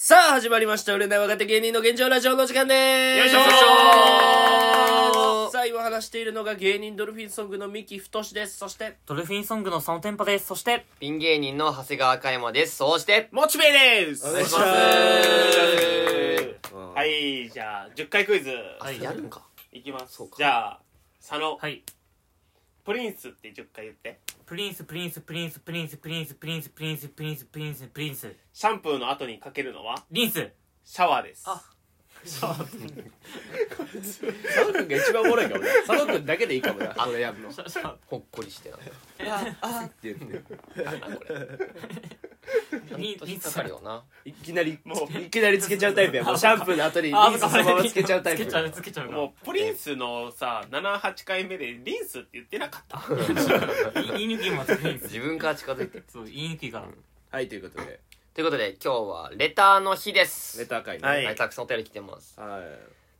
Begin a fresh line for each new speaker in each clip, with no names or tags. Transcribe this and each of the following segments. さあ、始まりました。売れない若手芸人の現状ラジオの時間で
よ
ー
い
す。
しょー
さあ、今話しているのが芸人ドルフィンソングの三木太志です。そして、
ドルフィンソングのそのテンポです。そして、
ピン芸人の長谷川嘉山です。そうして、
モチベです
お願いし
ます
はい、じゃあ、10回クイズ
はい
やるんか。
いきます
そうか。
じゃあ、佐野、
はい。
プリンスって10回言って。
プリンス、プリンス、プリンス、プリンス、プリンス、プリンス、プリンス、プリンス、プリンス、プリンス、
シャンプーの後にかけるのは
リンス。
シャワーです。
あ
佐野くんが一番おもろいかもな佐野くんだけでいいかもなこれやるの
ほっこりしてな。
あって言って
リン
ちょっと引
リン
っか
ス。
かるよな。
いきなり
も
いきなりつけちゃうタイプやもうシャンプーの後にリ
あ
ンスそのままつけちゃうタイプ
つけちゃう、つけちゃう
う、
か。
もうプリンスのさ、7、8回目でリンスって言ってなかった。
言いにくいもん、プリンス
自。分から近づいて。
そう、言いにくいから。
はいということで
ということで、今日はレターの日です。
ネタ赤い
は
ね
い
はい、たくさんお便り来てます。
はい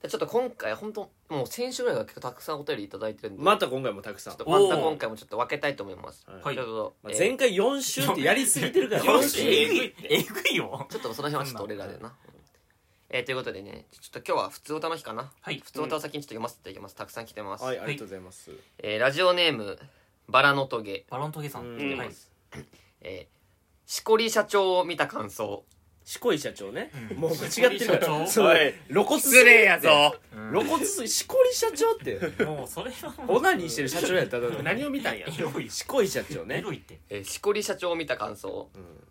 でちょっと今回、本当もう先週ぐらいが結構たくさんお便りいただいてるんで、
また今回もたくさん
ちょっとま
お
た
ー
今回もちょっと分けたいと思います。
はい
はい
ちょっと、
まあ
えー
前回4週ってやりすぎて るから
よ
よ
し
し、
え
え
ぐ
ぐ
い
い。えぐいよ。
ちょっとその辺はちょっと俺らでな。えー、ということでね、ちょっと今日は普通おたの日かな。
はい
普。通おたを先にちょっと読ませていただきます。たくさん来てます。
はいありがとうございます
えーラジオネーム、バラのトゲ。
バロントゲさん。
うん
はい。
えーしこり社長を見た感想。
しこい社長ね
うん
もう間違ってるか
しこり
ら
社長
そう露骨すぎるって
うん
露骨すぎしこり社長って
もう、それはも
オナニーしてる社長やったら
何を見たんや
う、エロいし。
しこい社長
エ
ね
ロいって。
えーしこり社長を見た感想。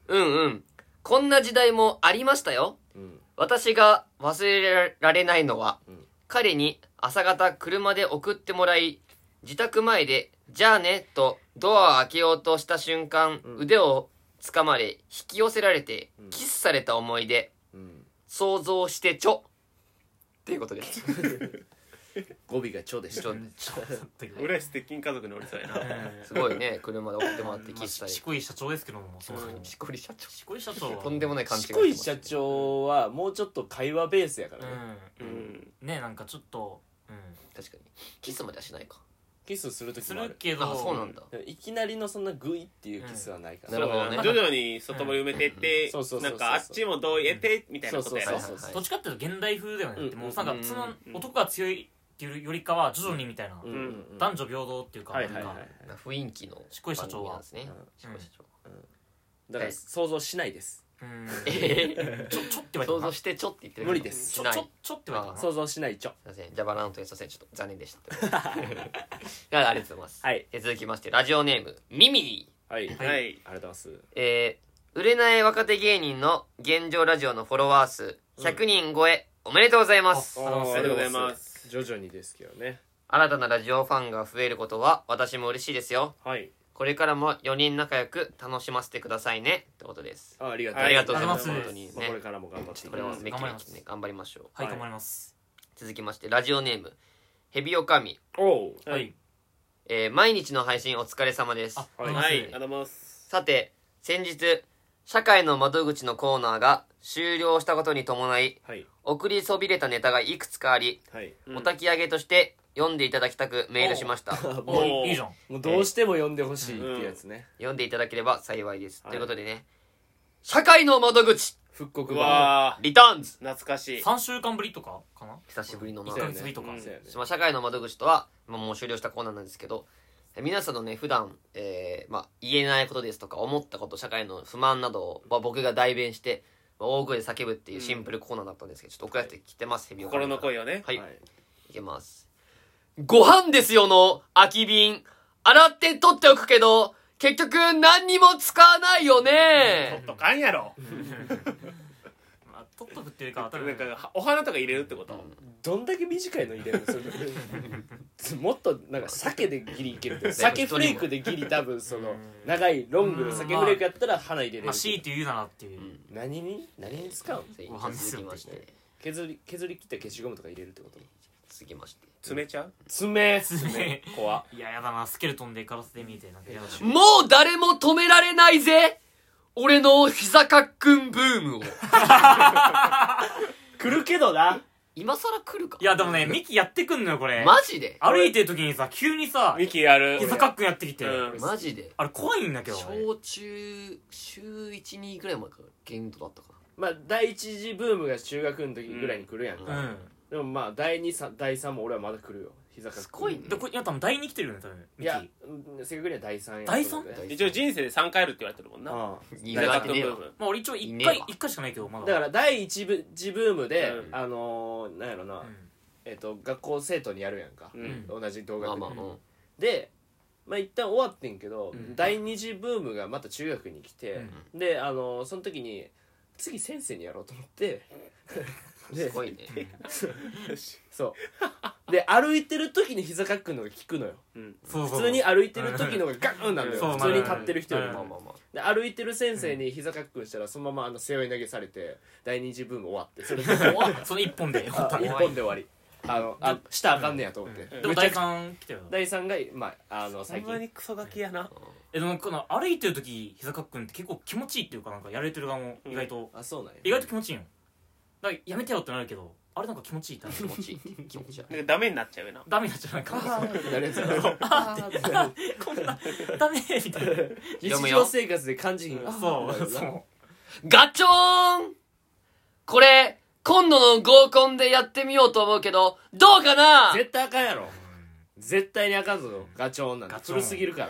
う
うんうん。こんな時代もありましたよ。
んうん
私が忘れられないのは、
うん
彼に朝方車で送ってもらい、自宅前で、じゃあね、とドアを開けようとした瞬間、
うん
腕を掴まれ、引き寄せられて
うん、
キスされた思い出、
うん
想像してちょ。っていうことです。
語尾がちょでし
ち
た
ょ
俺は素敵に家族におりそうやな。
すごいね、車で送ってもらって
まあ
キスされ。
してこい社長ですけども、そもそも。
しこり社長。
しこい社長は。
とんでもない勘違い
しこい
して
社
ます
長はもうちょっと会話ベースやからね、
う
うん。
ん。ね、なんかちょっと、うん。
確かにキスまではしないか
キスする時
す
もあ
る
る
けど
あそうなんだ
でもいきなりのそんなグイっていうキスはないか
な
ら、
るほどね
そうだ徐々に外堀埋めてっ
う
て
んそうそう、そう
な
そ
ん
う
かあっちもどうやって、みたいなことや
そう
な。
そう
は
そ
いはい
どっちかっていうと現代風ではなく
う
て
ん
もうなんか
うん
その
うん
男が強いっていうよりかは徐々にみたいな
うんうんうん
男女平等っていうか
は
ないん
はいは
か
い
な雰囲気の
しこい社長は
番組なんですね
うん
しこい社長
だから想像しないです
うん
え
ちょちょって
え想
言われた
像
かな
してちょって言ってるけど
無理です
ち
し
ょ
ない
ち
す
ょちょって言われたかな
想像しないちょ
いませんじゃあバランとやさせんちょっと残念でしたはいありがとうございます
はい
え続きましてラジオネームミミリー
はい、あり
はい。
がとうございます
えー売れない若手芸人の現状ラジオのフォロワー数100人超えおめでとうございます
あ
ありがとうございます。
徐々にですけどね
新たなラジオファンが増えることは私も嬉しいですよ
はい
これからも4人仲良く楽しませてくださいねってことです
あありがとう
ありがとうございます
あ
本
りがと
当
ま
に
うござい
あこれ
ね
からも頑張っていき
これ
ま
は
す
めきめ
頑張りま
き
す
ね頑張りましょう
はい
はい
頑張ります
続きましてラジオネームヘビオカミ、
おう
は
はいい
えー毎日の配信お疲れ様です
あ
はい
はい、ありが
あ
とうございます。
さて先日社会の窓口のコーナーが終了したことに伴い
はい
送りそびれたネタがいくつかあり、
はい
うん
お焚き上げとして読んでいただきたくメールしました
お
もう
いいいじゃん
もうどうしても呼んでほしいっていうやつね、
読んでいただければ幸いです、
はい
ということでね社会の窓口
復刻
う
版
わ
リターンズ
ー、懐かしい。
3週間ぶりとかかな
久しぶりの
1
窓
そうや
ヶ
ね
月ぶりとか
うん
そうやね
まあ、社会の窓口とは、まあ、もう終了したコーナーなんですけどえ皆さんのね普段、えーまあ言えないことですとか思ったこと社会の不満などを、まあ、僕が代弁して、まあ、大声で叫ぶっていうシンプルコーナーだったんですけど、ちょっと送られてきてます、ヘビオカミ
心の声をね。
はい、
はい
い、けますご飯ですよの空き瓶洗って取っておくけど結局何にも使わないよ
取
ね
っとかんやろ。
まあ取っとくっていうか多
なん
分
か、お花とか入れるってこと
どんだけ短いの入れるのそれ もっとなんか鮭でギリいけるって鮭フレークでギリ多分その長いロングの鮭フレークやったら花入れれ
ま
る
あ強いて言うならっていう
うん
何に何に使うの
ご飯ですよ続きまして
削り削り切った消しゴムとか入れるってこと
続きまして
詰めちゃう
爪
爪
怖
いややだなスケルトンでガラスで見えてなんか嫌だし
もう誰も止められないぜ俺の膝かっくんブームを。
来るけどな
今更来るか
いやでもねミキやってくんのよこれ
マジで
歩いてる時にさ急にさ
ミキやる。
膝カックンやってきて
うん
マジで
あれ怖いんだけど俺
小中、週1、2ぐらい前から限度だったかな。
まあ第一次ブームが中学の時ぐらいに来るやんか、
うん
でもまあ第二さ第三も俺はまだ来るよ膝から
すごいね
でこれ今多分第2来てるよね多分
い
ミ
や
キ
うん正確には第三や
第三
ということで
一応人生で3回あるって言われてるもんな
あ
言
大
われ
学
て
の
ねえ
部
わ
分
まあ俺一応1
いねえ
回
わ
一回しかないけどま
あ
だ
だから第一部次ブームで、
うん
あのー、なんやろな、
うん
えっと学校生徒にやるやんか、
うん
同じ動画
ま
で、
あまあうん
でまあ一旦終わってんけど、
うん
第二次ブームがまた中学に来て、であのその時に次先生にやろうと思 って
す
で
ごいね
そうで歩いてる時に膝かっくんのが効くのよ
そうそう
普通に歩いてる時のがガーンなのよ
そう
普通に立ってる人より
うん
も
まあまあまあ
で歩いてる先生に膝かっくんしたらそのままあの背負い投げされて第二次ブーム終わってそれで
あその1本で
あ一本で終わりあのあ下あかんねやと思って
うん
でも
めちゃ
第
くちゃ
3来たよ
第3がまああの
そ
最
んな
近
にクソガキやな
えでもこの歩いてる時膝かっくんって結構気持ちいいっていうかなんかやれてる側も意外と
あそうなんや
意外と気持ちいいよだからやめてよってなるけどあれなんか気持ちいいってなる
気持ちいいって気持ちいい
なんかダメになっちゃうよな
ダメになっちゃうなんか
なるやつやろ
こんなダメみたい
日
読むよ
常生活で感じひん
なそう
なる
そう
ガチョーンこれ、今度の合コンでやってみようと思うけど、どうかな
絶対あかんやろ絶対にあかんぞガチョーンなんて
ガチョーン
古すぎるから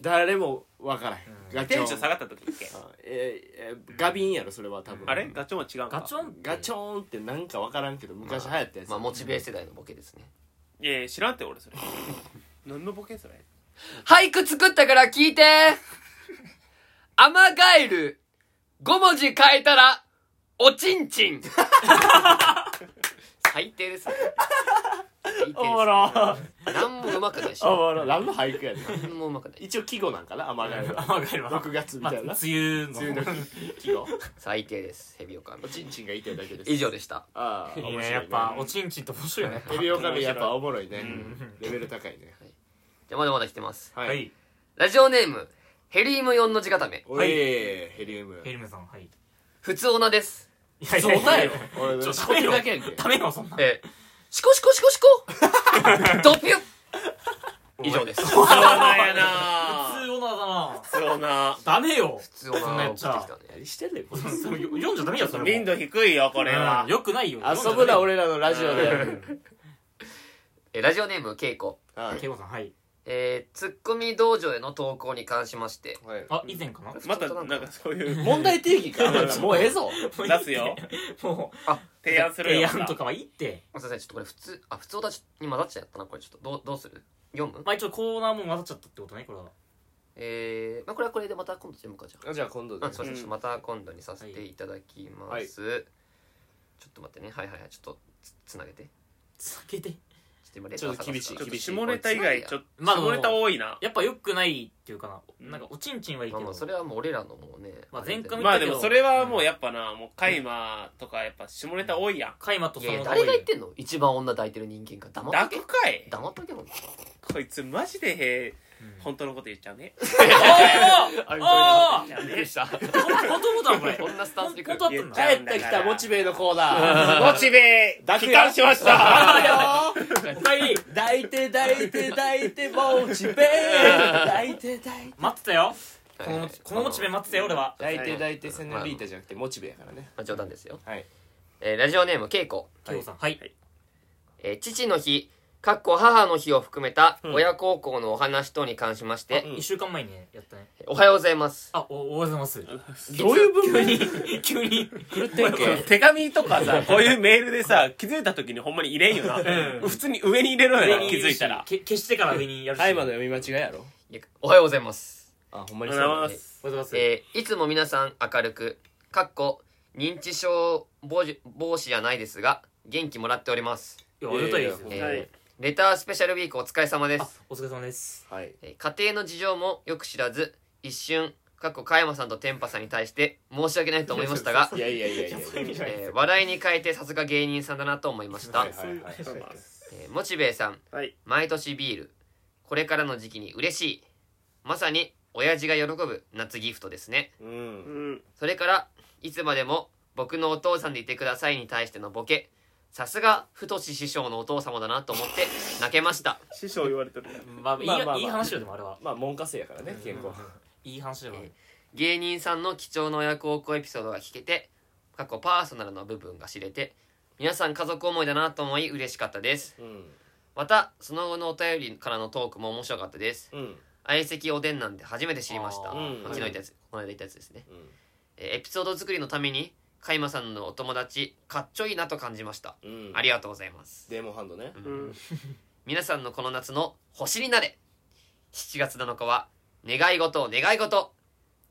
誰もわからへん
うん
ガチ
テ
ョ
ンション下
ーン
がった時だけ
あえーえーガビンやろそれは多分
あれガチョウは違うんか
ガチョン
ガチョーンってなんかわからんけど昔流行ったやつ
まあ、モチベ世代のボケですね。
いやいや知らんって俺それ何のボケそれ
俳句作ったから聞いてアマガエル、5文字変えたら、おちんちん。 最低ですね。最低です
おもろ
何もうまくないし。
おもろ何の俳句やねん
何もうまくない。
一応季語なんかな雨がえ は
甘がえるわ
6月み
まあ
たいな
梅雨
梅
の
雨の季語
最低です。ヘビオカミ
お。ちんちんが言いたいだけです
以上でした。
ああ面白
い
い
や
ね
やっぱおちんちんって面白いよね
エビオカミやっぱおもろいねレベル高いね
じゃあまだまだ来てます。
は
はい
ラジオネーム、ヘリウム4の字固め。
おいヘリウム
ヘルムさんはい
普通女です。
いやい
そうだよ
ち
俺
ょ
仕込みだけやんけ
ダメよそんな
えー、シコシコシコシコドピュッ以 上です。普
そうなんやな
普通女だな
そうな
ダメよ
通女を送ってきたね。
何してんねんこいつ
そうよ読んじゃダメよそれも
頻度低いよこれは
うんよくないよ
遊ぶな
読ん
俺らのラジオ
じゃダ
で
メよ
えーラジオネーム、ケイコ。
はい
慶吾さんはい
えー、ツッコミ道場への投稿に関しまして、
はい
あ以前かな
またなんかそういう
問題定義かもうええぞ
出すよ
もう
提案する
提
よ
案とかはいいって
すいません、ちょっとこれ普通、あ、普通だちに混ざっちゃったな、これちょっと。どう、どうする読む
まあ一応コーナーも混ざっちゃったってことねこれは
えー、まあこれはこれでまた今度読むか、じゃあ。
じゃあ今度で
あすいません、
うん
ちょっとまた今度にさせていただきます。ちょっと待ってね、はいはいはい、ちょっとつつなげて。ちょ
避けて
っと今レター探すから
ちょっ
ちょっ
厳
と
しい
下ネタ以外ちょっと
まあでも
下ネタ多いな
やっぱ良くないっていうか
うん
ななんかおちんちんはいい
ま
け
あま
ど
あ、それはもう俺らのもうね。
まあ前回
まあでもそれはもうやっぱなもう海馬とかやっぱ下ネタ多いや
海馬と
い
その
や誰が言ってんの一番女抱いてる人間が
ん
黙っ
だ
とけ
くかい
黙っとけほんと
こいつマジでへ
うん
本当のこと言っちゃうね
おーおー
言っちゃうね
本当のことなのこれ
こんなスタンスで来る
本当だ
言っ
っ
ち
帰
ゃう
っ
ん
て
だ
き
か
た
ら
モチベのコーナー
モチベ帰還しま した
あるよ
おかえり
抱いて抱いて抱いてモチベ抱いて抱いて
待ってたよ
はい
こ
はい
のこのモチベ待ってたよ俺は
抱いて抱いてセノリータじゃなくてモチベやからね
まあ冗談ですよ、
はい
えーラジオネームけいこ、
慶吾さんはい
えー父の日かっこ母の日を含めた親孝行のお話等に関しまして、
一週間前にねやったね
おはようございます
あおおはようございます
どういう文
急
面
に 急に
狂ってん け
手紙とかさこういうメールでさ気づいた時にほんまに入れんよな
うん
普通に上に入れるの
上
よ
に
な
る
気
し
づいたら
け消してから上にやるし
タイマーの読み間違いやろ
いやおはようございます、
あほんま
お
に
は
そう
よ
だ
うございま
ね
す
おはようござい
えーいつも皆さん明るくかっこ認知症防止防止じゃないですが元気もらっております、
ますいやありがたいです
え
よ
ー
えー
はい
レタースペシャルウィークお疲れ様です
あお疲れ様です
はい
えー家庭の事情もよく知らず一瞬かっこ加山さんと天パさんに対して申し訳ないと思いましたが
い、やいや いやいや
そういう意味じゃない
えー笑いに変えてさすが芸人さんだなと思いました、
はいはいはい
えーモチベイさん
はい
毎年ビールこれからの時期に嬉しいまさに親父が喜ぶ夏ギフトですね
う
うんん
それからいつまでも僕のお父さんでいてくださいに対してのボケさすが太志師匠のお父様だなと思って泣けました
師匠言われてる
まあいい
まあまあまあ
いい話よでもあれは
まあ文科生やからね健康
いい話だわ
え芸人さんの貴重な親孝行エピソードが聞けて過去パーソナルな部分が知れて皆さん家族思いだなと思い嬉しかったです
うん
またその後のお便りからのトークも面白かったです
うん
相席おでんなんて初めて知りました
あ
ー
昨日言ったやつこの間言ったやつですね
うん
えーエピソード作りのためにカイマさんのお友達かっちょいいなと感じました
うん
ありがとうございます
デーモンハンドね
う
うんん
皆さんのこの夏の星になれ7月7日は願い事を願い事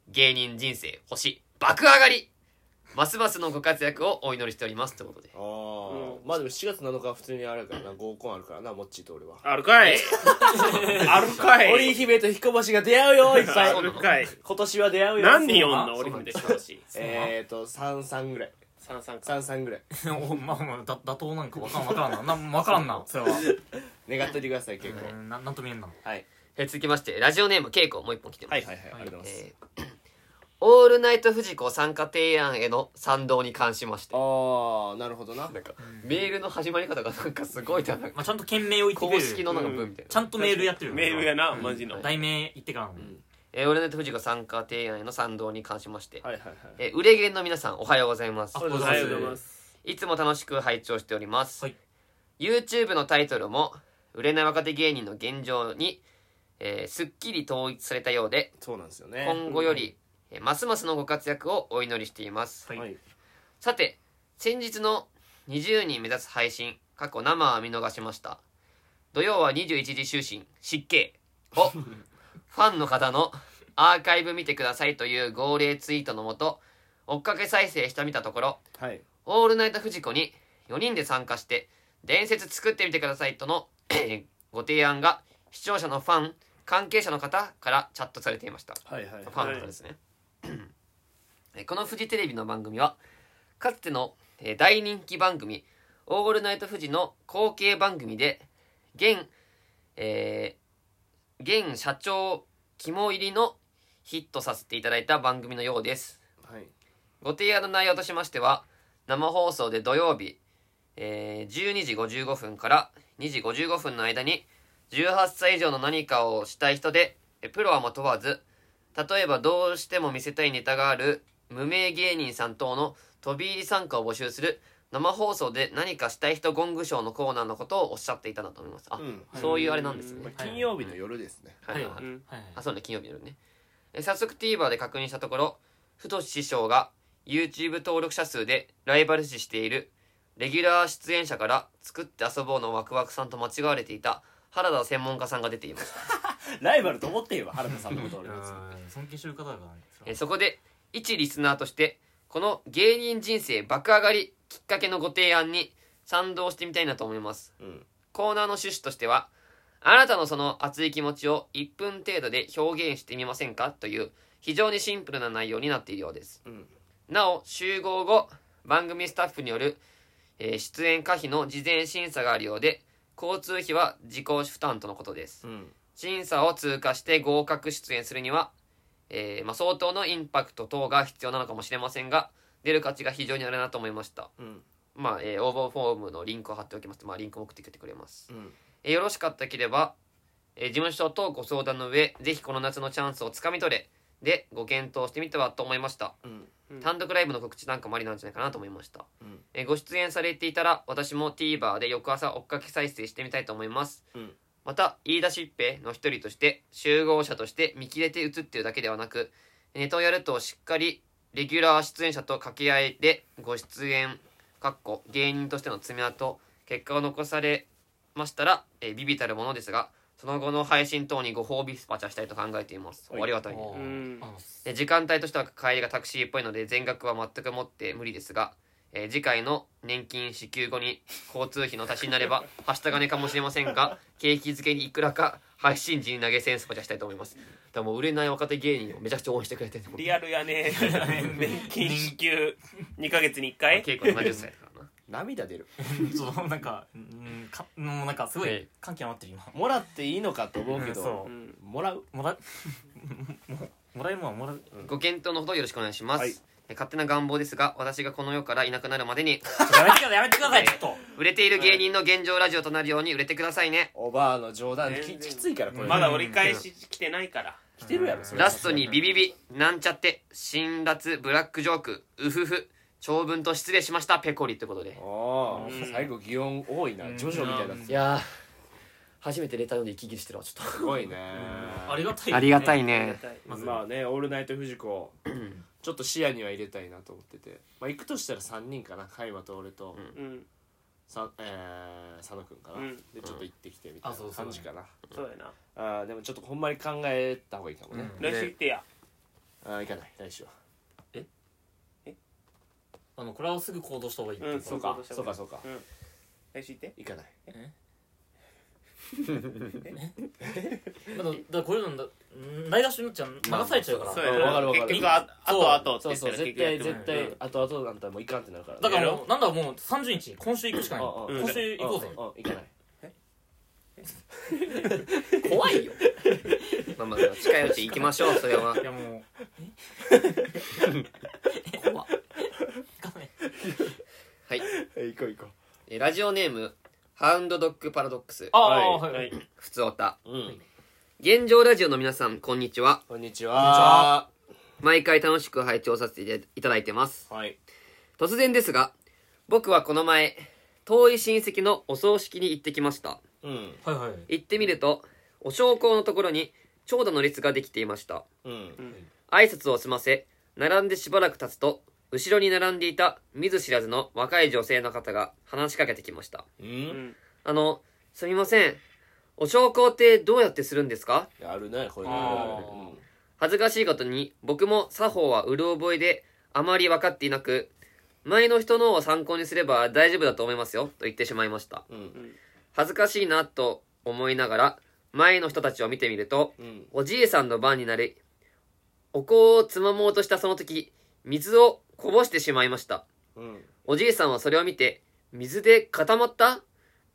芸人人生星爆上がりますますのご活躍をお祈りしておりますということで
ああ
うん
まあでも7月7日は普通にあるからな合コンあるからなモッチーと俺は
あるかいあるかい
織姫と彦星が出会うよいっぱい
そう
あ
な
る
の
かい
今年は出会うよ
何人
そう
呼んの
そう
俺
な
も
ん
で
で
し
す
ょし
えーと33ぐらい
三三か
33ぐらい
おまあまあだ妥当なんかわからんわからんななわからんな それは
願っといてください結構
うんななんとも言えんな
はい
えー続きましてラジオネームケイコもう一本来てます、
はいはいありがとうございます
えー オールナイト富士子参加提案への賛同に関しまして
ああなるほどな
なんかメールの始まり方がなんかすごいななんか
まあちゃんと件名を言ってくれ
公
る
式のなんか文みたいな、
ちゃんとメールやってるよ
メールやな
うん
マジの
題名言ってからの
えー、オールナイト富士子参加提案への賛同に関しまして、
はいはいはい
えー、売れ芸の皆さんおはようございます
ありがとうご
あ
ざ
り
い
が
ま
とう
す
ございます
いつも楽しく拝聴しております、
はい
YouTube のタイトルも売れない若手芸人の現状に、えーすっきり統一されたようで
そうなんですよね
今後より、えーますますのご活躍をお祈りしています、
はい
はい
さて先日の20人目指す配信過去生は見逃しました土曜は21時就寝失敬をファンの方のアーカイブ見てくださいという号令ツイートのもと追っかけ再生してみたところ
はい
オールナイトフジコに4人で参加して伝説作ってみてくださいとの ご提案が視聴者のファン関係者の方からチャットされていました
はいはい
ファンの方ですね、えこのフジテレビの番組はかつてのえー大人気番組「オールナイトフジ」の後継番組で現,、えー現社長肝入りのヒットさせていただいた番組のようです
はい
ご提案の内容としましては生放送で土曜日、えー12時55分から2時55分の間に18歳以上の何かをしたい人でえプロはも問わず例えばどうしても見せたいネタがある無名芸人さん等の飛び入り参加を募集する生放送で何かしたい人ゴングショーのコーナーのことをおっしゃっていたなと思いますあ、
うん
そういうあれなんです
う
ね
ん、
金曜日の夜ですね
はいはいはい
うん
はいはい
あそうね金曜日の夜ねえ早速 TVer で確認したところふとし師匠が YouTube 登録者数でライバル視しているレギュラー出演者から作って遊ぼうのワクワクさんと間違われていた原田専門家さんが出ています
ライバルと思っていいわ原田さんのこと俺別に
うん尊敬してる方だからねそ
え
れ
ー
は
そこで一リスナーとしてこの芸人人生爆上がりきっかけのご提案に賛同してみたいなと思います、
うん
コーナーの趣旨としてはあなたのその熱い気持ちを1分程度で表現してみませんかという非常にシンプルな内容になっているようです、
うん
なお集合後番組スタッフによる、えー出演可否の事前審査があるようで交通費は自己負担とのことです
うん
審査を通過して合格出演するには、えーまあ、相当のインパクト等が必要なのかもしれませんが出る価値が非常にあるなと思いました、
うん
まあえー応募フォームのリンクを貼っておきます、まあ、リンクも送ってきてくれます、
うん
えーよろしかったければ、えー事務所とご相談の上ぜひこの夏のチャンスをつかみ取れでご検討してみてはと思いました
うん
うん
単独ライブの告知なんかもありなんじゃないかなと思いました、
うん
えーご出演されていたら私も TVer で翌朝追っかけ再生してみたいと思います
うん
また飯田しっぺの一人として集合者として見切れて映っているだけではなくネタをやるとしっかりレギュラー出演者と掛け合いでご出演かっこ芸人としての爪痕結果を残されましたら、えービビたるものですがその後の配信等にご褒美スパチャしたいと考えています
はい
ありがたいね
お
うん
ーありがとうございます
で時間帯としては帰りがタクシーっぽいので全額は全く持って無理ですが、えー次回の年金支給後に交通費の足しにな ればはした金かもしれませんが景気づけにいくらか配信時に投げ銭スパチャしたいと思いますでもう売れない若手芸人をめちゃくちゃ応援してくれてると思う
リアルや ね年金支給2ヶ月に1回
結構70歳だからな
涙出る
ち ょっとなんかうんかもうなんかすごい感極まってる今
もらっていいのかと思うけ
うん
ど
そ
うん
もらう
もら ももらえるもんはもらう
ご検討のほどよろしくお願いします、
はい
え勝手な願望ですが私がこの世からいなくなるまでに
ちょっとやめてくださいやめてくださいちょっと
売れている芸人の現状ラジオとなるように売れてくださいね
おばあの冗談
全
き
然
きついからこれ
まだ折り返し来てないから
来てるやろそれ
ラストにビビビなんちゃって辛辣ブラックジョークうふふ長文と失礼しましたペコリってことで
ああ、
うん
最後擬音多いな
うん
ジョジョみたいない
いやー初めてレター読んで息切れしてるわちょっ
すごいね
ありがたい
とありがたい
ね
ね
まず
まあね「オールナイトフジコ」ちょっと視野には入れたいなと思ってて、まあ、行くとしたら3人かな海馬と俺と、
うん
うん
さえー佐野くんかな、
うん
でちょっと行ってきてみたい
あそう
な
そう
感じかな、
そうやな
あーでもちょっとほんまに考えた方がいいかもね、
うん
来週行ってや
あー行かない来週は
あのこれはすぐ行動した方がいいっていううんか
そう
行
か
動した
そ
方
う
がいい
かそうか
うん来週行って
行かない
まだだからこういうのだんないがしろになっちゃう流されちゃうから、
そう
やな
や
わかるわかる
結局あ
そう
あとあと
そう
って
そう
言ったら
絶
結局や
対
ってもらう
絶対後々なんてもう行かんってなるからね
だから
や
もうなんだもう30日今週行くしかない
うんうん
今週行こうぜ
んん行かない
と怖いよ まあまあまあ近いうち行きまし ょうそれはい
やもう
怖っ はい
え行こう行こ
えラジオネームハウンドドッグパラドックス
ああ
あ
はい、はい、
ふつおた
ううん
現状ラジオの皆さんこんにちは
こんにちは
毎回楽しく拝聴させていただいてます
はい
突然ですが僕はこの前遠い親戚のお葬式に行ってきました
うん
はいはい
行ってみるとお焼香のところに長蛇の列ができていました
うん
挨拶を済ませ並んでしばらく経つと後ろに並んでいた見ず知らずの若い女性の方が話しかけてきました
う
うんん
あのすみませんお焼香ってどうやってするんですか
あるねこれ
あ
恥ずかしいことに僕も作法はうる覚えであまり分かっていなく前の人のを参考にすれば大丈夫だと思いますよと言ってしまいました
うんうん
恥ずかしいなと思いながら前の人たちを見てみると
うん
おじいさんの番になりお香をつまもうとしたその時水をこぼしてしまいました
うん
おじいさんはそれを見て水で固まった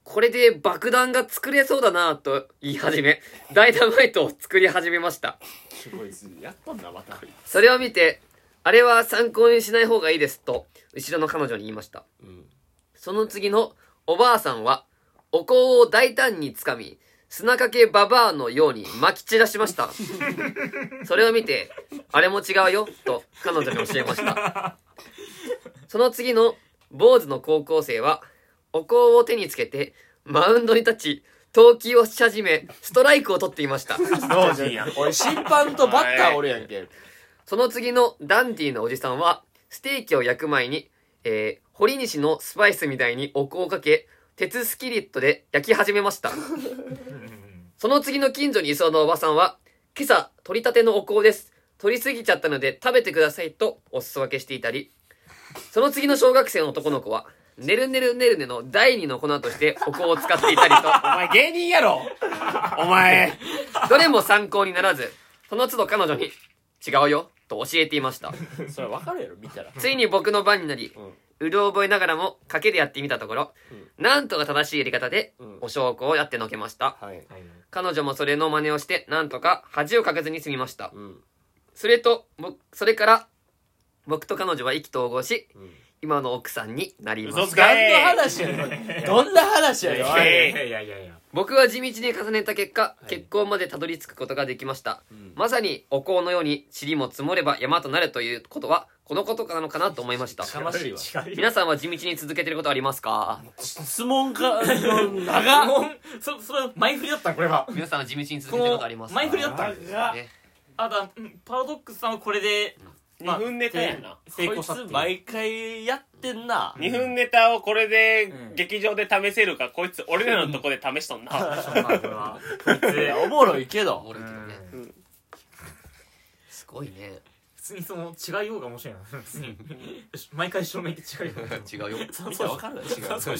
これで爆弾が作れそうだなと言い始めダイナマイトを作り始めました
すごいですやったんだまた
それを見てあれは参考にしない方がいいですと後ろの彼女に言いました
うん
その次のおばあさんは、お香を大胆につかみ、砂かけババアのように撒き散らしました。それを見て、あれも違うよ、と彼女に教えました。その次の坊主の高校生は、お香を手につけて、マウンドに立ち、投球をし始め、ストライクを取っていました。
老人やん
俺審判とバッター俺やんけ
その次のダンディーのおじさんは、ステーキを焼く前に、えー、堀西のスパイスみたいにお香をかけ、鉄スキレットで焼き始めました。その次の近所にいそうなおばさんは、今朝、取り立てのお香です。取りすぎちゃったので食べてくださいとお裾分けしていたり、その次の小学生の男の子は、ねるねるねるねの第二の粉としてお香を使っていたりと、
お前芸人やろお前
どれも参考にならず、その都度彼女に、違うよ、と教えていました。
それ分かるやろ見たら
ついに僕の番になり、うる覚えながらも賭けでやってみたところ、なんとか正しいやり方で
うん
お証拠をやってのけました。
はい
はい
彼女もそれの真似をして、なんとか恥をかけずに済みました。
うん
それと、僕それから、僕と彼女は意気投合し、
うん
今の奥さんになりま
嘘
す。
つけ
何の話やねんどんな話やねん
いやいやいやいやいや
僕は地道に重ねた結果、結婚までたどり着くことができました。まさにお香のように塵も積もれば山となるということは、このことなのかなと思いました。
かましいわ
違うよ
皆さんは地道に続けてることありますか
質問か
あ
長っ
もうそそれ前振りだったこれは
皆さんは地道に続
こ
けてることありま
の
す
前振りだった
長っ
ね
あだうんパラドックスさんはこれで
2分ネタやな
成功したって
こい
い
つ
う
毎回やってんな
2分ネタをこれで
うん
劇場で試せるかこいつ俺らのとこで試しとんな
そうなんだなこいつ
いやおもろいけ
おも
ど
ろいけどね
うん
すごいね
普通にその違いようが面白いな普通に毎回証明って違いようが
違うよ
そう
見
そ
た
う
ら分かるわ違う
そう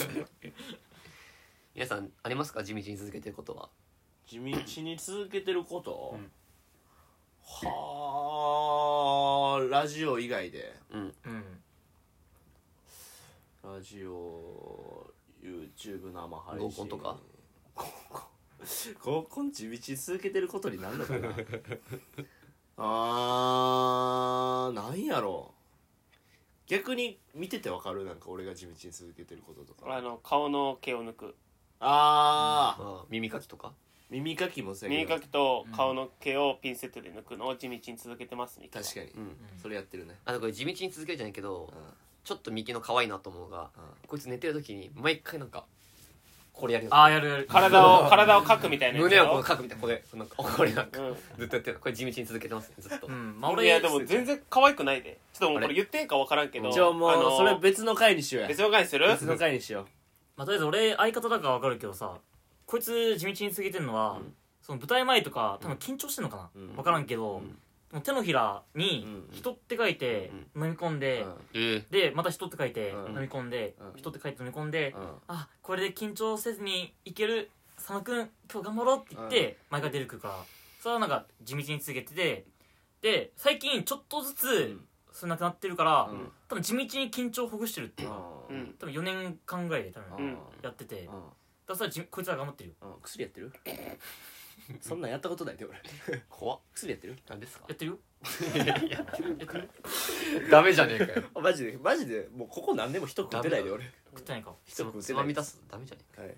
皆さんありますか地道に続けてることは
地道に続けてること、
うん
はあラジオ以外で
うん
ラジオ YouTube 生配信
合コンとか
合コン合コン地道に続けてることになるのかなあーなんやろう逆に見ててわかるなんか俺が地道に続けてることと
あ
か
の顔の毛を抜く
あー、
あ耳かきとか
耳かきもそうや
耳
け
か
ど
きと顔の毛をピンセットで抜くのを地道に続けてますみたいな
確かに、
うん
それやってるね
あとこれ地道に続けるじゃないけ
う
ど
ん
ちょっとミキの可愛いなと思うのが
うん
こいつ寝てる時に毎回なんかこれやるよ
ああやるやる
体を体をかくみたいなやつ
胸
や
をこ
ろ
う書くみたいなこれなんかこれなんか
うん
ずっとやってるこれ地道に続けてますねずっと
うんまあ
い
俺
やでも全然可愛くないでちょっともうこれ言っていいか分からんけど
じゃあもう、
あの
それ別の回にしようや
別の回にする
別の回にしよ
まあとりあえず俺相方だからわかるけどさこいつ地道に過ぎてんのは、その舞台前とか多分緊張してんのかな、
うん
わからんけど、もう手のひらに
うん
「人」って書いて飲み込ん
う、
で、
うん
え
でまた「人」って書いて
うん
飲み込んで
うん
「人」って書いて飲み込んで、
うん
あこれで緊張せずにいける佐野くん今日頑張ろうって言って毎回出てくるからそれはなんか地道に続けててで最近ちょっとずつ
ん
それなくなってるから、
うん
多分地道に緊張をほぐしてるっていうか
う
うん
ん
多分4年間ぐらいで多分
うん
やっててだか
うん
らそれはじこいつは頑張ってるよ
うん薬やってる そんなんやったことないで俺
怖っ
薬やってる
何ですか
やってるよ
ダメじゃねえかよ
あマジでマジでもうここ何でも人食ってないで
ダ
俺
食ってないか
人食っ
つ
てな
ま
い
み
で
出
す
すダメじゃねえ
はい
か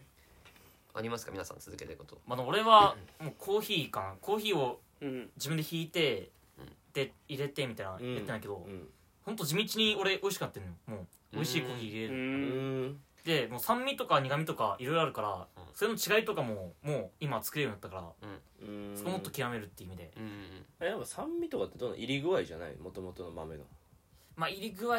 ありますか皆さん続けてること
まあでも俺はもうコーヒーかなコーヒーを
うん
自分で引いて
うん
で入れてみたいな
うん
やってないけど
うん
ほんと地道に俺美味しくなってるのよもう美味しいコーヒー入れ
う
れる
ん
ん
でもう酸味とか苦味とかいろいろあるから、
うん
それの違いとかももう今作れるようになったから、
うん
そこもっと極めるっていう意味で
うんうん
えやっぱ酸味とかってどの入り具合じゃないもともとの豆の
まあ入り具合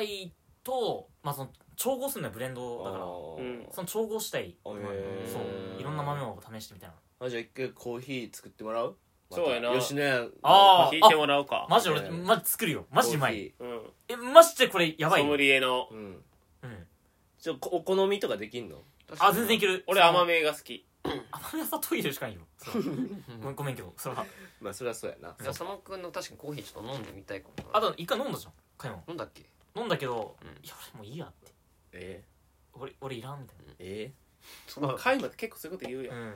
と、まあ、その調合するのはブレンドだから
うん
その調合したい
あへー
そういろんな豆を試してみたいな
あじゃあ一回コーヒー作ってもらう
そうやな
また吉野家
あ
聞いてもらおうか
マジ
え
俺
ー
マジ作るよマジうまい
コ
うん
えマジでこれやばい
ソ
よ
ムリエの
ーヒーうん
うん、
ちょこお好みとかできんの
あ全然いける
俺
その
甘めが好き
甘めはさトイレしかないよそうごめんごめんけどそれは
まあそれはそうやな
じゃあ佐野くんの確かにコーヒーちょっと飲んでみたいかもな
あと一回飲んだじゃん買い物
飲んだっけ
飲んだけど、
うん
いや俺もういいやって
え
俺俺いらんみたい
ーえ
そんな
カイマって結構そういうこと言うやん
なうん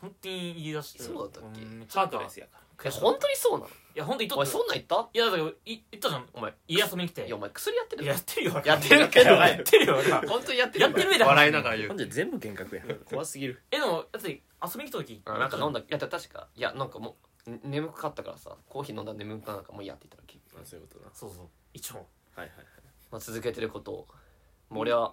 本当に言い出して
そうだったっけ
んめっちゃ
ハ
な
ー
んか
トレスやから
悔しかった
本当にそうなの
いや本当に言っ
お
と
前
った
そんなん言った
いやだからい言ったじゃん
お前
家遊びに来て
いやお前薬やってる
やってるよ
やってるけど
やってるよ俺
本当にやってる
やってる上で
笑いながら言
ー、な
うん
で全部幻覚や怖すぎる
えでもだって遊びに来た時
あなんか飲んだいや確かいやなんかもうん眠くかったからさコーヒー飲んだら眠くなんかもういいやって言ったら結局
あそういうことな
そうそう一応
はいはい
まあ、続けてることをもう俺は、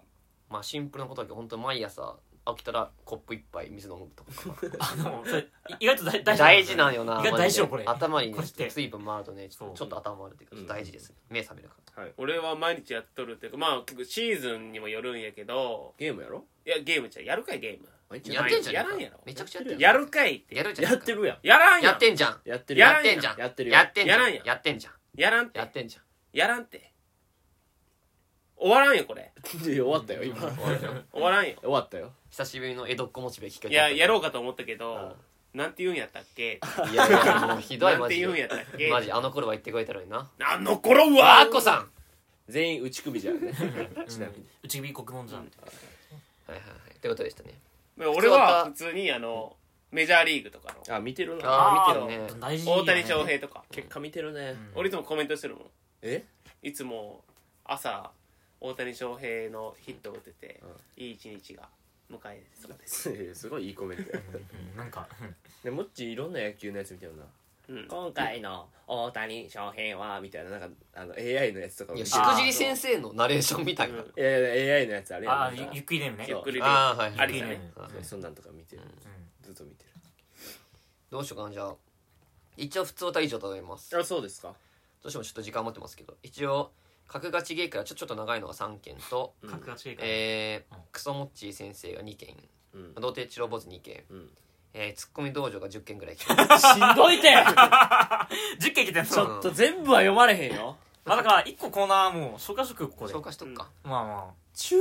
まあ、シンプルなことだけど本当に毎朝起きたらコップ一杯水飲むとか
あでもそれい意外と大大事
大事なんよな
意外と
マ
大
ジ
事
で
よこれ
頭に
これって
水分回るとねちょっ
そう
とちょっと頭回るっていう
うん
か大事ですね目覚めるか
俺は毎日やっとるっていうかまあ結構シーズンにもよるんやけど
ゲームやろ
いやゲームじゃうやるかいゲーム
毎日やっ
らやってて
る
んじゃん
やらんやろ
めちゃくちゃやってる
やるかい
やるじゃん
やってるやん
やらんや
や
ん
ってんじゃん
やってる
やっ
や
てんじゃん
やってるよ
やってんじゃ
やらん
ん
やん
やってんじゃん
やらんって
やってんじゃん
やらんって終わらんよこれ
で終わったよ今
終わらんよ
終わったよ
久しぶりの江戸っ子モチベ聞かれ
い
た
ややろうかと思ったけどなんて言うんやったっけ
いやいやもうひどい
な
マ
んて
ジ
言うん
で
やったっけ
マジあの頃は言ってくれたのにな
あの頃は
わっこさんは
全員打ち首じゃ んねちなみに
うちび国門じゃん
いはいはいってことでしたね
俺は普通にあのメジャーリーグとかの
あ見てるな
あ
あ
ー見てるね
大事
大谷翔平とか
結果見てるね
うん
俺いつもコメントしてるもん
え
いつも朝大谷翔平のヒットを打てていい一日が迎えそうです
すごいいいコメン トやった
うんなんかうん
ねもっちいろんな野球のやつ見てるな
うん
今回の大谷翔平はみたいななんかあの AI のやつとかも
い
見
や
て
し
る
くじり先生のナレーションみたい
う
な
ん
いやいや AI のやつあれやん
あ
なんか
ゆゆっくりネームね
ゆっくりで
ああはい
あ
はい
りだ
ゆっくり
ね
ネーム
そうそんなんとか見てる
うん
ずっと見てる
どうしようかなじゃあ一応普通歌以上となります
あそうですか
どうしてもちょっと時間持ってますけど一応角がちげえからちょちょっと長いのが3件と、
うん
格が違いから
えー
うん
クソモッチー先生が2件
うん
童貞チロボズ2件、
うん
えーツッコミ道場が10件ぐらい来て
しんどいて
10件いけてん
ち
の
ょっと全部は読まれへんよ
まあだから1個コーナーもう消化食ここで
消化しとくか、
まあま
中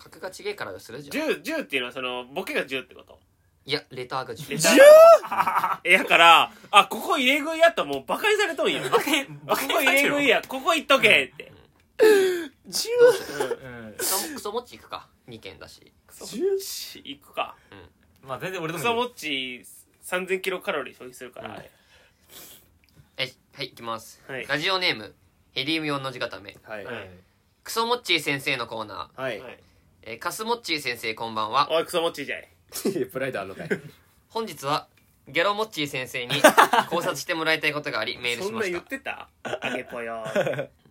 角がちげえからするじゃん
10 10っていうのはそのボケが10ってこと
いやレターが10
レター えやからあここ入れ食いやったらもうバカにされとんや
あバケ
あこ こ入れ食いやここ行っとけって
中
うん
クソクソモッチーいくか2件だし
中
行くか
まあ全然俺で
ク
もい
ソ
い
モッチ3000キロカロリー消費するからあれ
えはいいきます、
はい
ラジオネームヘリウム4の字固め
はい
うん
クソモッチー先生のコーナ
は
はいい
ー、えーカスモッチー先生こんばんは
おいクソモッチじゃい
プライドあるのかい
本日はギャロモッチー先生に考察してもらいたいことがありメール
そ
し
ん
ま
な
し
言ったてたあげぽよ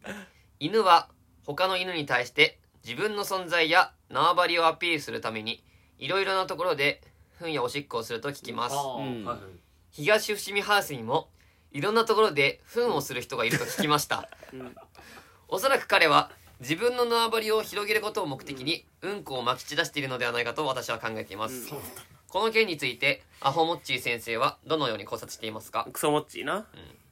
犬は他の犬に対して自分の存在や縄張りをアピールするためにいろいろなところで糞やおしっこをすると聞きます
うん
はい
東伏見ハウスにもいろんなところで糞をする人がいると聞きました、
うん
おそらく彼は自分の縄張りを広げることを目的にうんこをまき散らしているのではないかと私は考えています、
うん
この件についてアホモッチー先生はどのように考察していますか
クソモッチーな、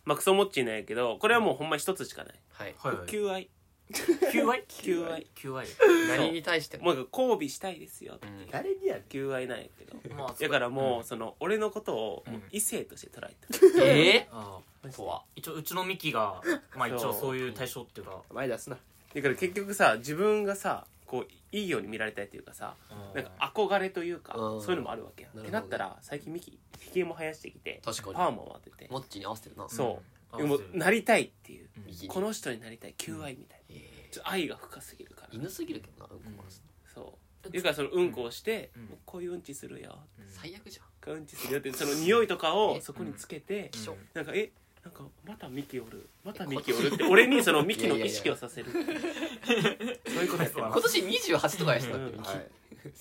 まあクソモッチーなんやけどこれはもうほんま一つしかない
はい
はいはい
求愛
求愛
求愛
求愛
何に対しても、
もう交尾したいですよ
うん
誰にや
求愛なんやけ ど
まあそ
だ
う
からもう、その俺のことをもう異性として捉えて る、
え
あ
ー、とは
一応うちのミキがまあ一
そう
応そういう対象っていうか
前出すな
だから結局さ自分がさこういいように見られたいというかさなんか憧れというか
うん
そういうのもあるわけやんっ
な
て
るほど
なったら最近ミキひげも生やしてきて
確かに
パーマを当てて
モッチーに合わせてるな
そ
うん
うでもなりたいっていう
うん
右に
この人になりたい求愛みたいな
え
ちょっと愛が深すぎるから
ー犬すぎるけどなうんこ漏らす
そうだからそのうんこをして
うん
もうこういううんちするよ
うん
最悪じゃ
こういううんちするよってその匂いとかを
え
そこにつけて
ん気象
なんかえなんかまたミキおるまたミキおるって俺にそのミキの意識をさせるそういうことやってま
今年28とかやした
うん
は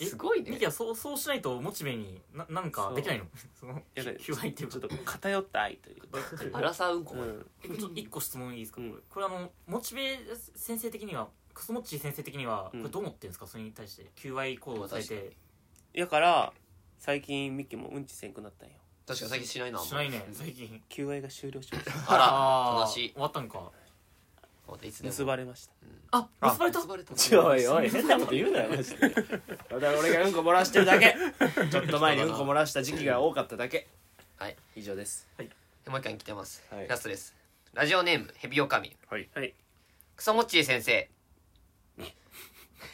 え
すごい
ミ
ね
キはそうそうしないとモチベにななんかできないの その
やだよ
求愛っていう
すちょ
こ
っ
と
と偏った愛というか
アラサーうんこ
う
まで
ん
ちょっと一個質問いいですか、
うん
これあのモチベ先生的にはクソモッチー先生的には
うん
これどう思ってるんですか、それに対して求愛行動されて
やから最近ミキもうんちせんくなったんよ
確かに最近しないな
しないね
うん
最近
求愛が終了しまし
あら悲
ー
しい
終わったんか
またいつ
た
でも
結ばれました
あ結ばれた
結ばれた
いおいお い変なこと言うなよマジでただ俺がうんこ漏らしてるだけ ちょっと前にうんこ漏らした時期が多かっただけ
はい
以上です
もう一回来てます、
はい
ラストですラジオネームヘビオカミ
はい
はい
クソモッチー先生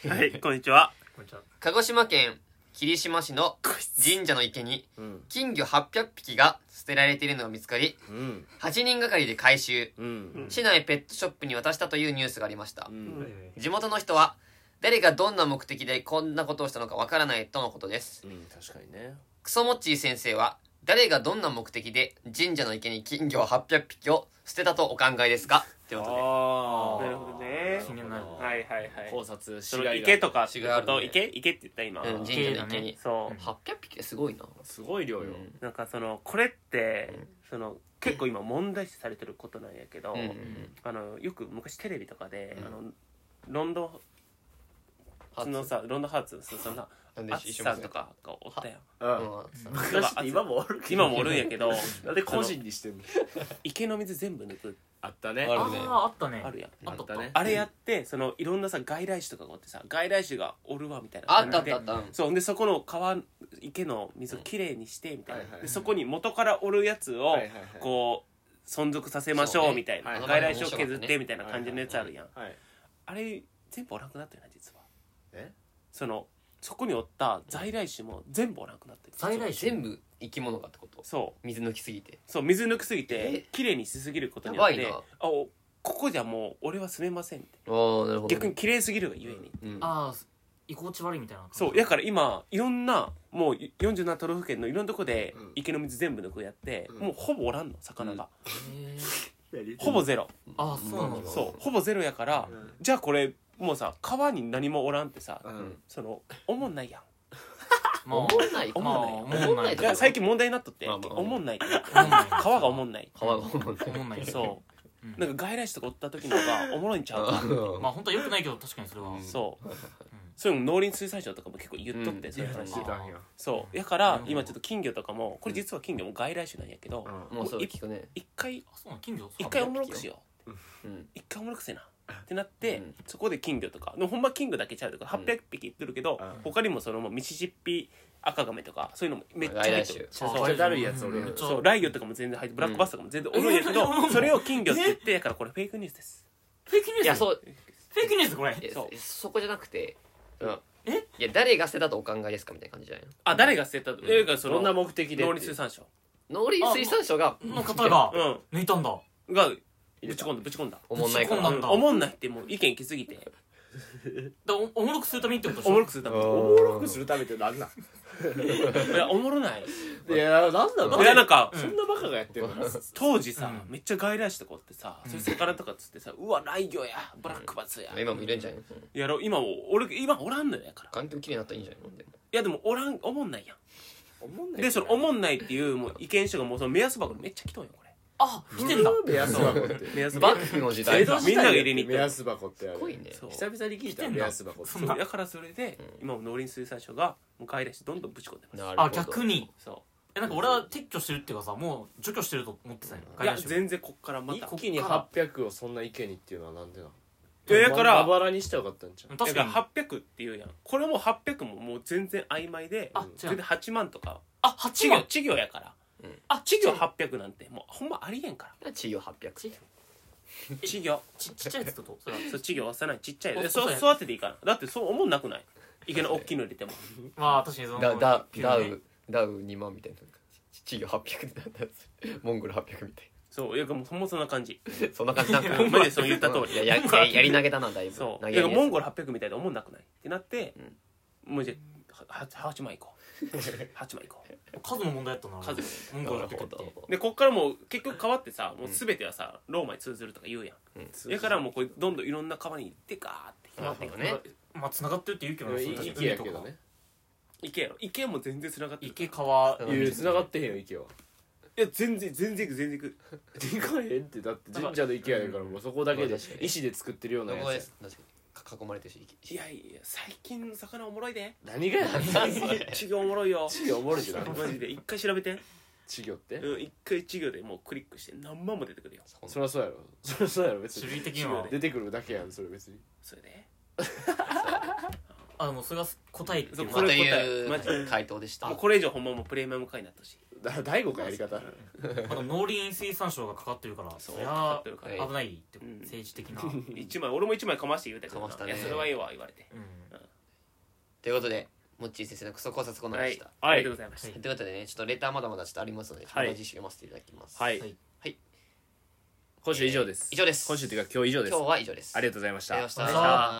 はいこんにちは
これじゃ
鹿児島県霧島市の神社の池に
うん
金魚800匹が捨てられているのが見つかり
うん
8人がかりで回収
うん
市内ペットショップに渡したというニュースがありました
う
あ
ん
地元の人は誰がどんな目的でこんなことをしたのかわからないとのことです
うん確かにね
クソモッチー先生は誰がどんな目的で神社の池に金魚800匹を捨てたとお考えですかということ
あ
で
なるほどね
気になる
はいはいはい
考察し
その
がい
池とかって
違いあ
こ
る
と
ね
池池って言った今、
うん、神社の池に、
そう
800匹ってすごいな、
すごい量
う
よ
ん
なんかそのこれって、
うん
その結構今問題視されてることなんやけど、
うん
あのよく昔テレビとかで、
うん
あのロンド
初
ンのさロンドンハーツそのさ
なんで
淳
一緒
さんとかがおったや
う
ん
うんん
昔って今もおるけど
今もおるんやけ ど
なんで個人にしてんの
池の水全部抜く
あったね
ある
あ
ね
ーあったね
あるやん
あったあった
あったね
あれやってそのいろんなさ外来種とかがおってさ外来種がおるわみたいな
あった
感
あっ
じ
た
で
あった、うん
そうでそこの川池の水をきれいにしてみたいな、
はいはい
でそこに元からおるやつを、
はいはいはい
こう存続させましょうみたいな、
そうね
外
はい
来種を削ってみたいな感じのやつあるやん、
はい
あれ全部おらんくなったよな実は
え
そのそこにおった在来種も全部おらんくなってる
在来種
全部生き物がってこと
そう
水抜きすぎて
そう水抜きすぎ
え
てきれいにしすぎることによって
やばいな
あおここじゃもう俺は住めませんみたい
ああなるほど
な逆にきれいすぎるがゆえに、
うん
ああ居心地悪いみたいな
そうやから今いろんなもう47都道府県のいろんなとこで
うん
池の水全部抜くやって、
うん
もうほぼおらんの魚が、
へー
ほぼゼロ、
ああそうなんだ
うん
そうほぼゼロやから、
うん
じゃあこれもうさ川に何もおらんってさ、
うん
そのおもんないやん
まあ
思わない
思
まあ
わない
思んない
だから最近問題になっとって、
まあまあ
おもんないって
思んない
川がおもんない
川が思わない
思んない
そううなんか外来種とかおった時の方がおもろいんちゃうか
まあ本当は良くないけど確かにそれは、
うん
そうそれも農林水産省とかも結構言っとって、
うん
そういう
う
話
ん
聞いたんや
そうやから
うん
今ちょっと金魚とかもこれ実は金魚も外来種なんやけど
う
もうそう聞くね
一回
あそうなん金魚
一回おもろくしよう
うん
一回おもろくせなってなって、
うん
そこで金魚とかでもほんま金魚だけちゃうとか
うん
800匹いってるけど、
うん
他にもそのもうミシシッピ赤ガメとかそういうのもめっちゃ入ってる
めっちゃだるいやつ俺
めっちゃ
そうライオとかも全然入ってブラックバスとかも全然おるんやけど、
うん
それを金魚って言ってやからこれフェイクニュースです
フェイクニュース
いやそう
フェイクニュースこれ
え
そう
えそこじゃなくてうん
え
いや誰が捨てたとお考えですかみたいな感じじゃない
あ誰が捨てたというかそ
ど
の
んな目的で
農林水産省
の農林水産省が
の方が
うん
抜いたんだ
がぶち込んだぶち込んだ
おもんないか
ぶち
ら
込んだ
おもんないってもう意見来すぎて
だおおもろくするためにってことでし
お
ょ
もろくするために
おもろくするためってなんなん
いやおもろない
いやなんだろう
いやなんか
そんなバカがやってるの
当時さ、
うん
めっちゃ外来種とかおってさ、そういう魚とかつってさうわ雷魚やブラックバスや、
今もいるんじゃないの
やろ今も俺今おらんのよやから
環境きれいになったらいいんじゃないのでも
いやでもおらんおもんないやん
おもんない
でそのおもんないっていうもう意見者がもうその目安箱にめっちゃ来とんよこれ
あ来てんだ
なんで目安箱って
目安箱
幕府の時代
江
だ
戸
す
みんなが入れに行っ
目
た
安箱ってあ
ごい
れ
ね
そう
久々に聞いた目安箱って
そんな
そうだからそれで、今も農林水産省がもう外来種どんどんぶち込んでます
なるほど
あ逆に
そ
えなんか俺は撤去してるっていうかさもう除去してると思ってたよ
うい
外
や
来種
全然こっからま
一
た
気に800をそんな意見にっていうのはなんでなの
えだから
ババラにしてよかったんじゃん
確
だ
か
から
に
800っていうやんこれも800ももう全然曖昧で
あ違
全
う
然8万とか
あ
稚
八
魚
万
稚魚やから
あ
稚魚800なんてもうほんまありえんか
地位を800
ち
ら稚魚
ちちっちゃいやつってことそれは
そう稚魚はさないちっちゃい
お
でそ
そう
う
や
育てていいからだってそう思んなくない池の大きいの入れても
まあ確かにその
だだ
急に
ダ
ね
ウダウ2万みたいな地位を800ってなったやつモンゴル800みたい
そういやもうほんまそんな感じ
なそんな感じなんか
ほんまにそう言った通り
いややややり投げだなだいぶ
そう
投
い
げ
や
や
モン
り
ゴル800みたいで思んなくないってなってもうじゃあ8万いこう8万いこう
数の問題やったな
数
問
やす
題だ
なる
って
ほど
でこっからもう結局川ってさもう全てはさローマに通ずるとか言うやんだからもうこれどんどんいろんな川に行ってガーって
なるほどね
まあ繋がってるって言うけどねそれ
池やけどね
池やろ池も全然つながってる
池川
う
いや繋がってへんよ池はい
や全然全然行く全然
で
行く
かへんってだって神社の池やねんからもうそこだけで
確かに
石で作ってるような
ど
や
こで
つ
確かにか囲まれてるし
いやいや最近の魚おもろいで
や何がやねん
稚魚おもろいよ
稚魚おもろいじゃん
マジで 一回調べて
稚魚って
うん一回稚魚でもうクリックして何万も出てくるよ
そりゃそうやろそりゃそうやろ別
種類
に
的には
出てくるだけやんそれ別に
それで
あでもそれが答えっていう
そう
か
こ
ま
れ答
た
えマジ
いう回答でした
もうこれ以上ほんまもうプレミアム会になったし
だ第5回やり方
あと農林水産省がかかってるから
そ
そうり
かか
ゃ
ってるから
危ないってこと
うん
政治的な
一枚俺も一枚かまして言うたけど
かました
な
ね
いやそれはいいわ言われて
うん
ということでモッチー先生のクソ考察コーナー
は
でし
い
た
ありがとうございまし
は
た
い
ということでねちょっとレターまだまだちょっとありますのでま
はい
た次週読ませていただきます
はい今週以上です
以上です
今週というか今日以上です
今日は以上です
ありがとうございました
ありがとうございました